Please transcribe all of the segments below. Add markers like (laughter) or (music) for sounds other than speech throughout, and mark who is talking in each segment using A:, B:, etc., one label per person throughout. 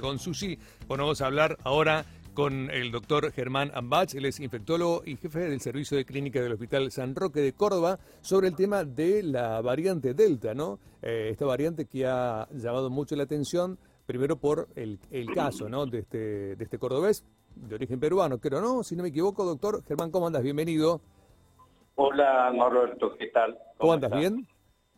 A: Con Sushi, bueno, vamos a hablar ahora con el doctor Germán Ambach, él es infectólogo y jefe del servicio de clínica del Hospital San Roque de Córdoba, sobre el tema de la variante Delta, ¿no? Eh, esta variante que ha llamado mucho la atención, primero por el, el caso, ¿no? De este, de este cordobés, de origen peruano, creo, ¿no? Si no me equivoco, doctor Germán, ¿cómo andas? Bienvenido.
B: Hola Norberto, ¿qué tal?
A: ¿Cómo, andas?
B: estás?
A: ¿Bien?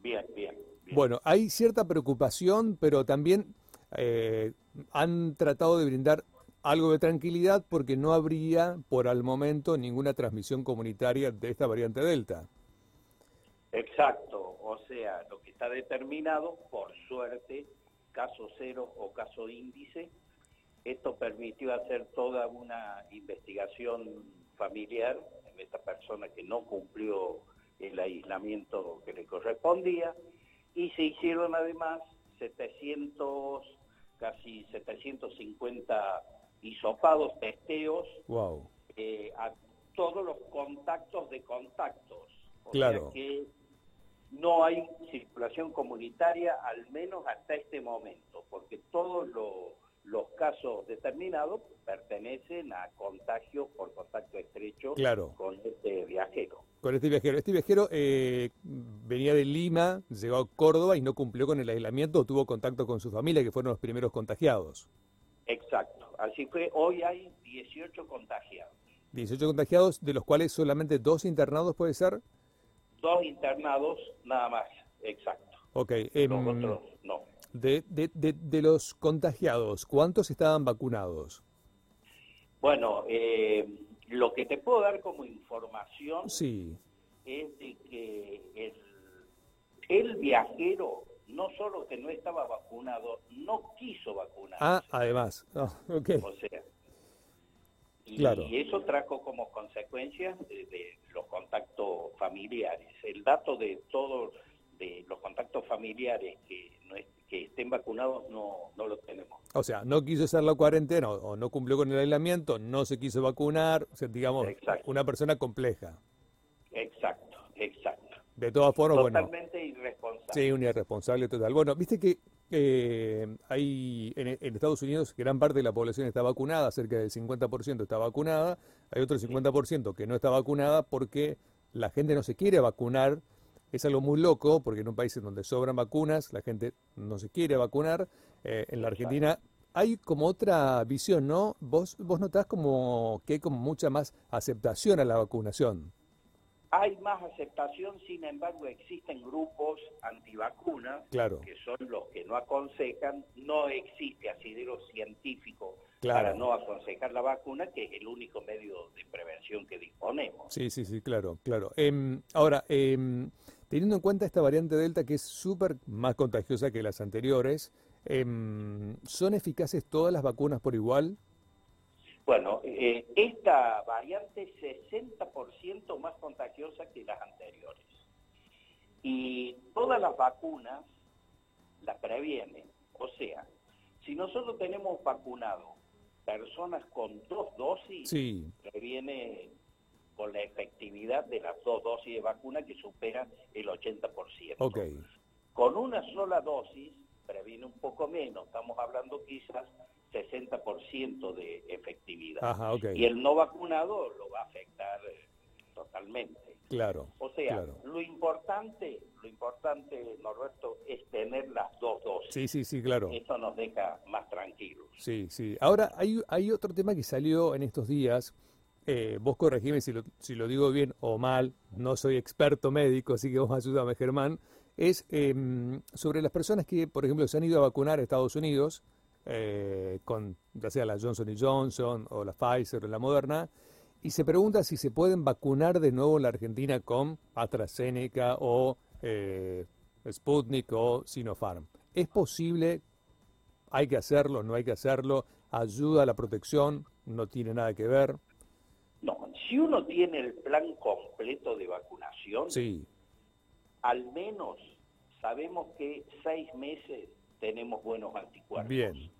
B: Bien, bien. bien.
A: Bueno, hay cierta preocupación, pero también eh, han tratado de brindar algo de tranquilidad porque no habría por al momento ninguna transmisión comunitaria de esta variante Delta.
B: Exacto, o sea, lo que está determinado, por suerte, caso cero o caso índice, esto permitió hacer toda una investigación familiar en esta persona que no cumplió el aislamiento que le correspondía y se hicieron además 700, casi 750 hisopados, testeos
A: Wow.
B: eh, a todos los contactos de contactos. O
A: Claro.
B: sea que no hay circulación comunitaria, al menos hasta este momento, porque todos lo- los casos determinados pertenecen a contagios por contacto estrecho
A: Claro.
B: con este viajero.
A: Con este viajero. Este viajero eh, venía de Lima, llegó a Córdoba y no cumplió con el aislamiento o tuvo contacto con su familia, que fueron los primeros contagiados.
B: Exacto. Así que hoy hay 18 contagiados,
A: 18 contagiados, de los cuales solamente dos internados puede ser.
B: dos internados nada más. Exacto.
A: Ok.
B: Los
A: em,
B: otros no.
A: de, de- de- de los contagiados, ¿cuántos estaban vacunados?
B: Bueno, eh, lo que te puedo dar como información
A: Sí.
B: es de que el, el viajero no solo que no estaba vacunado, no quiso vacunarse.
A: Ah, además. (laughs) Ah, ok.
B: O sea, y,
A: Claro.
B: y eso trajo como consecuencia de, de los contactos familiares. El dato de todos de los contactos familiares que, no es- que estén vacunados no, no lo tenemos.
A: O sea, no quiso hacer la cuarentena o, o no cumplió con el aislamiento, no se quiso vacunar, o sea, digamos,
B: Exacto.
A: una persona compleja.
B: Exacto, exacto.
A: De todas formas, bueno,
B: Totalmente irresponsable.
A: sí, un irresponsable total. Bueno, viste que eh, hay en, en Estados Unidos gran parte de la población está vacunada, cerca del 50% está vacunada, hay otro 50% que no está vacunada porque la gente no se quiere vacunar. Es algo muy loco porque en un país en donde sobran vacunas, la gente no se quiere vacunar. Eh, en la Argentina hay como otra visión, ¿no? Vos, vos notás como que hay como mucha más aceptación a la vacunación.
B: Hay más aceptación, sin embargo, existen grupos antivacunas,
A: Claro.
B: que son los que no aconsejan, no existe asidero científico
A: Claro.
B: para no aconsejar la vacuna, que es el único medio de prevención que disponemos.
A: Sí, sí, sí, claro, claro. Em, ahora, em, teniendo en cuenta esta variante Delta que es súper más contagiosa que las anteriores, em, ¿son eficaces todas las vacunas por igual?
B: Bueno, eh, esta variante es 60% más contagiosa que las anteriores. Y todas las vacunas la previenen. O sea, si nosotros tenemos vacunado personas con dos dosis,
A: Sí,
B: previene con la efectividad de las dos dosis de vacuna que supera el 80%.
A: ok,
B: Con una sola dosis previene un poco menos, estamos hablando quizás 60% de efectividad.
A: ajá, ok,
B: Y el no vacunado lo va a afectar eh, totalmente.
A: claro,
B: O sea,
A: claro.
B: lo importante, lo importante, Norberto, es tener las dos dosis.
A: Sí, sí, sí, claro.
B: Eso nos deja más tranquilos.
A: Sí, sí. Ahora, hay, hay otro tema que salió en estos días. Eh, vos corregime si lo, si lo digo bien o mal, no soy experto médico, así que vos ayúdame, Germán. Es em, sobre las personas que, por ejemplo, se han ido a vacunar a Estados Unidos, eh, con ya sea la Johnson Johnson o la Pfizer o la Moderna, y se pregunta si se pueden vacunar de nuevo en la Argentina con AstraZeneca o eh, Sputnik o Sinopharm. ¿Es posible hay que hacerlo, no hay que hacerlo, ayuda a la protección, no tiene nada que ver.
B: No, si uno tiene el plan completo de vacunación,
A: Sí,
B: al menos sabemos que seis meses tenemos buenos anticuerpos.
A: bien,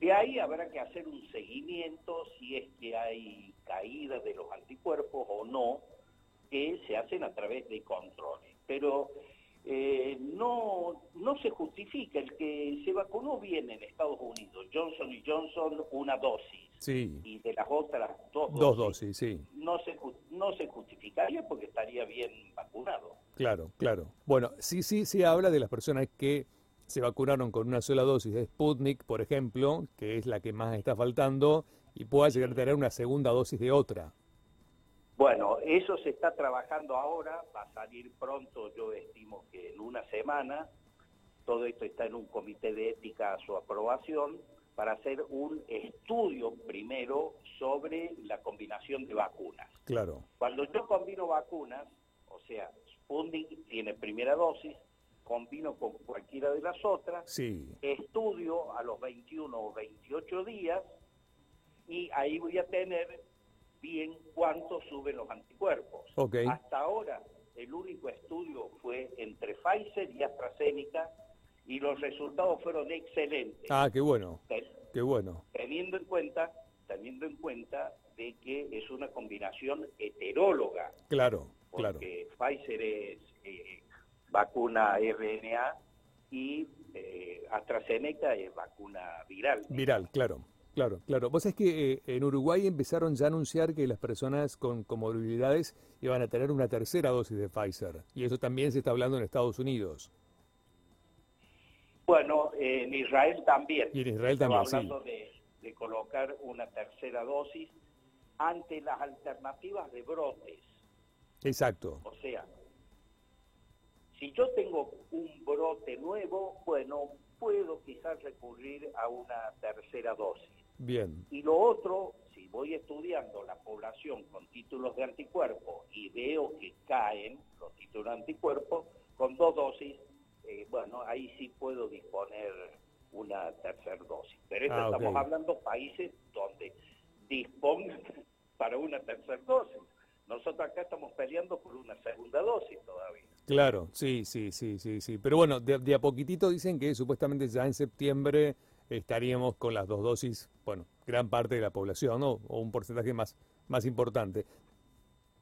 B: De ahí habrá que hacer un seguimiento si es que hay caída de los anticuerpos o no, que se hacen a través de controles. Pero eh, no, no se justifica. El que se vacunó bien en Estados Unidos, Johnson y Johnson, una dosis.
A: Sí.
B: Y de las otras dos dosis.
A: Dos dosis, sí.
B: No se, ju- no se justificaría porque estaría bien vacunado.
A: Claro, claro. Bueno, sí, sí, sí habla de las personas que se vacunaron con una sola dosis de Sputnik, por ejemplo, que es la que más está faltando, y pueda llegar a tener una segunda dosis de otra.
B: Bueno, eso se está trabajando ahora, va a salir pronto, yo estimo que en una semana. Todo esto está en un comité de ética a su aprobación para hacer un estudio primero sobre la combinación de vacunas.
A: Claro,
B: Cuando yo combino vacunas, o sea, Sputnik tiene primera dosis, combino con cualquiera de las otras,
A: sí,
B: estudio a los 21 o 28 días y ahí voy a tener bien cuánto suben los anticuerpos.
A: Ok.
B: Hasta ahora el único estudio fue entre Pfizer y AstraZeneca y los resultados fueron excelentes.
A: Ah, qué bueno,
B: Ten-
A: qué bueno.
B: Teniendo en cuenta, teniendo en cuenta de que es una combinación heteróloga
A: Claro, claro.
B: porque Pfizer es eh, vacuna RNA y eh, AstraZeneca es vacuna viral.
A: Viral, claro, claro, claro. Vos sabés que eh, en Uruguay empezaron ya a anunciar que las personas con comorbilidades iban a tener una tercera dosis de Pfizer, y eso también se está hablando en Estados Unidos.
B: Bueno, eh, en Israel también.
A: Y en Israel también,
B: Estaba
A: sí.
B: hablando de, de colocar una tercera dosis ante las alternativas de brotes.
A: Exacto,
B: O sea, si yo tengo un brote nuevo, bueno, puedo quizás recurrir a una tercera dosis.
A: bien,
B: Y lo otro, si voy estudiando la población con títulos de anticuerpos y veo que caen los títulos de anticuerpos, con dos dosis, eh, bueno, ahí sí puedo disponer una tercera dosis. Pero esto
A: Ah, ok.
B: estamos hablando países donde dispongan (laughs) para una tercera dosis. Nosotros acá estamos peleando por una segunda dosis todavía.
A: claro, sí, sí, sí, sí, sí. Pero bueno, de, de a poquitito dicen que supuestamente ya en septiembre estaríamos con las dos dosis, bueno, gran parte de la población, ¿no? O un porcentaje más, más importante.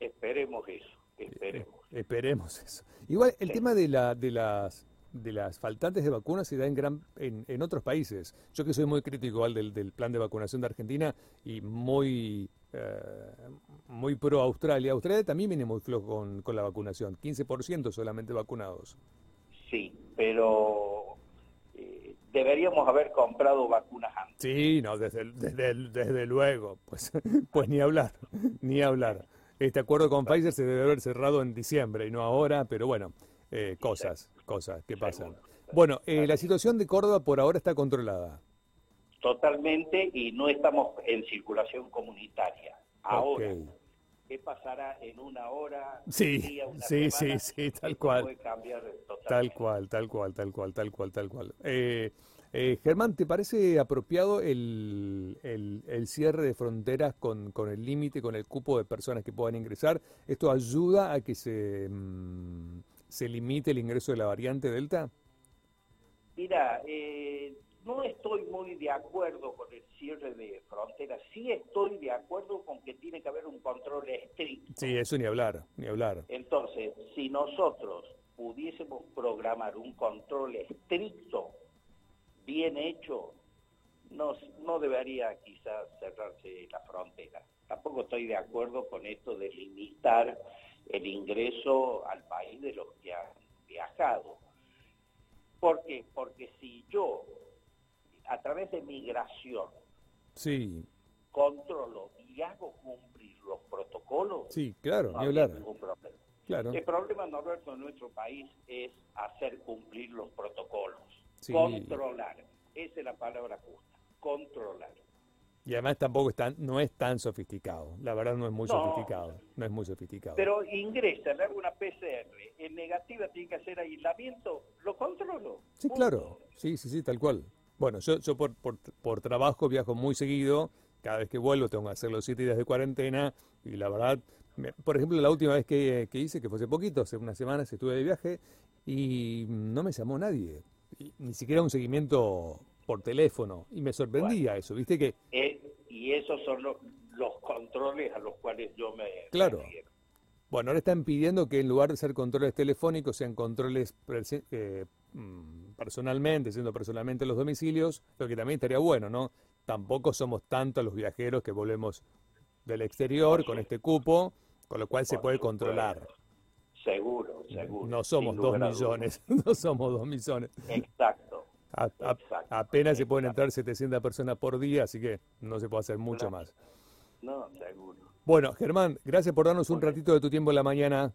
B: Esperemos eso, esperemos.
A: Esperemos eso. Igual el
B: Sí.
A: tema de, la, de, las, de las faltantes de vacunas se da en, gran, en, en otros países. Yo que soy muy crítico igual, del, del plan de vacunación de Argentina y muy, eh, muy pro Australia. Australia también viene muy flojo con, con la vacunación, 15% solamente vacunados.
B: Sí, pero eh, deberíamos haber comprado vacunas antes.
A: Sí, no, desde, desde, desde luego, pues, (laughs) pues ni hablar, (laughs) ni hablar. Este acuerdo con Pfizer se debe haber cerrado en diciembre y no ahora, pero bueno, eh, cosas, cosas que pasan.
B: Seguro.
A: Bueno, eh, la situación de Córdoba por ahora está controlada.
B: Totalmente y no estamos en circulación comunitaria. Ahora,
A: Ok.
B: ¿qué pasará en una hora?
A: Sí,
B: un día, una
A: sí,
B: semana?
A: sí, sí, tal
B: Esto
A: cual.
B: Puede cambiar
A: Tal
B: totalmente.
A: cual, tal cual, tal cual, tal cual, tal cual. Eh, eh, Germán, ¿te parece apropiado el, el- el cierre de fronteras con, con el límite, con el cupo de personas que puedan ingresar? ¿Esto ayuda a que se, mm, se limite el ingreso de la variante Delta?
B: Mira, eh, no estoy muy de acuerdo con el cierre de fronteras. Sí estoy de acuerdo con que tiene que haber un control estricto.
A: Sí, eso ni hablar, ni hablar.
B: Entonces, si nosotros pudiésemos programar un control estricto, bien hecho, no, no debería quizás cerrarse la frontera. Tampoco estoy de acuerdo con esto de limitar el ingreso al país de los que han viajado. ¿Por qué? Porque si yo, a través de migración,
A: Sí,
B: controlo y hago cumplir los protocolos,
A: sí, claro,
B: no
A: ni
B: habría
A: hablar.
B: ningún problema.
A: Claro,
B: El problema, Norberto, en nuestro país es hacer cumplir los protocolos.
A: Sí.
B: Controlar. Esa es la palabra justa. Controlar.
A: y además tampoco es tan, no es tan sofisticado. La verdad no es muy
B: No.
A: sofisticado, no es muy sofisticado.
B: Pero ingresa, le hago una PCR, en negativa tiene que hacer aislamiento, lo controlo.
A: Sí,
B: Punto.
A: claro. Sí, sí, sí, tal cual. Bueno, yo, yo por, por, por trabajo viajo muy seguido. Cada vez que vuelvo tengo que hacer los siete días de cuarentena. Y la verdad, me- por ejemplo, la última vez que, que hice, que fue hace poquito, hace unas semanas estuve de viaje y no me llamó nadie. Y Ni siquiera un seguimiento por teléfono. Y me sorprendía eso, ¿viste? Que,
B: Eh, y esos son los, los controles a los cuales yo me
A: Claro.
B: refiero.
A: Bueno, ahora están pidiendo que en lugar de ser controles telefónicos, sean controles prese- eh, mm, personalmente, siendo personalmente los domicilios, lo que también estaría bueno, ¿no? Tampoco somos tantos los viajeros que volvemos del exterior con este cupo, con lo cual se
B: Por
A: puede
B: supuesto.
A: controlar.
B: Seguro, seguro.
A: No somos
B: sin
A: dos
B: lugar a dudas.
A: millones, (laughs) no somos dos millones.
B: Exacto.
A: A- a-
B: Exacto.
A: apenas se pueden
B: Exacto.
A: entrar 700 personas por día, así que no se puede hacer mucho
B: Claro.
A: más.
B: No, seguro.
A: Bueno, Germán, gracias por darnos un
B: Bueno.
A: ratito de tu tiempo en la mañana.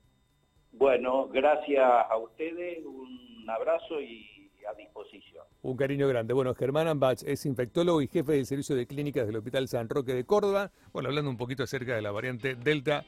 B: Bueno, gracias a ustedes, un abrazo y a disposición.
A: Un cariño grande. Bueno, Germán Ambach es infectólogo y jefe del servicio de clínicas del Hospital San Roque de Córdoba. Bueno, hablando un poquito acerca de la variante Delta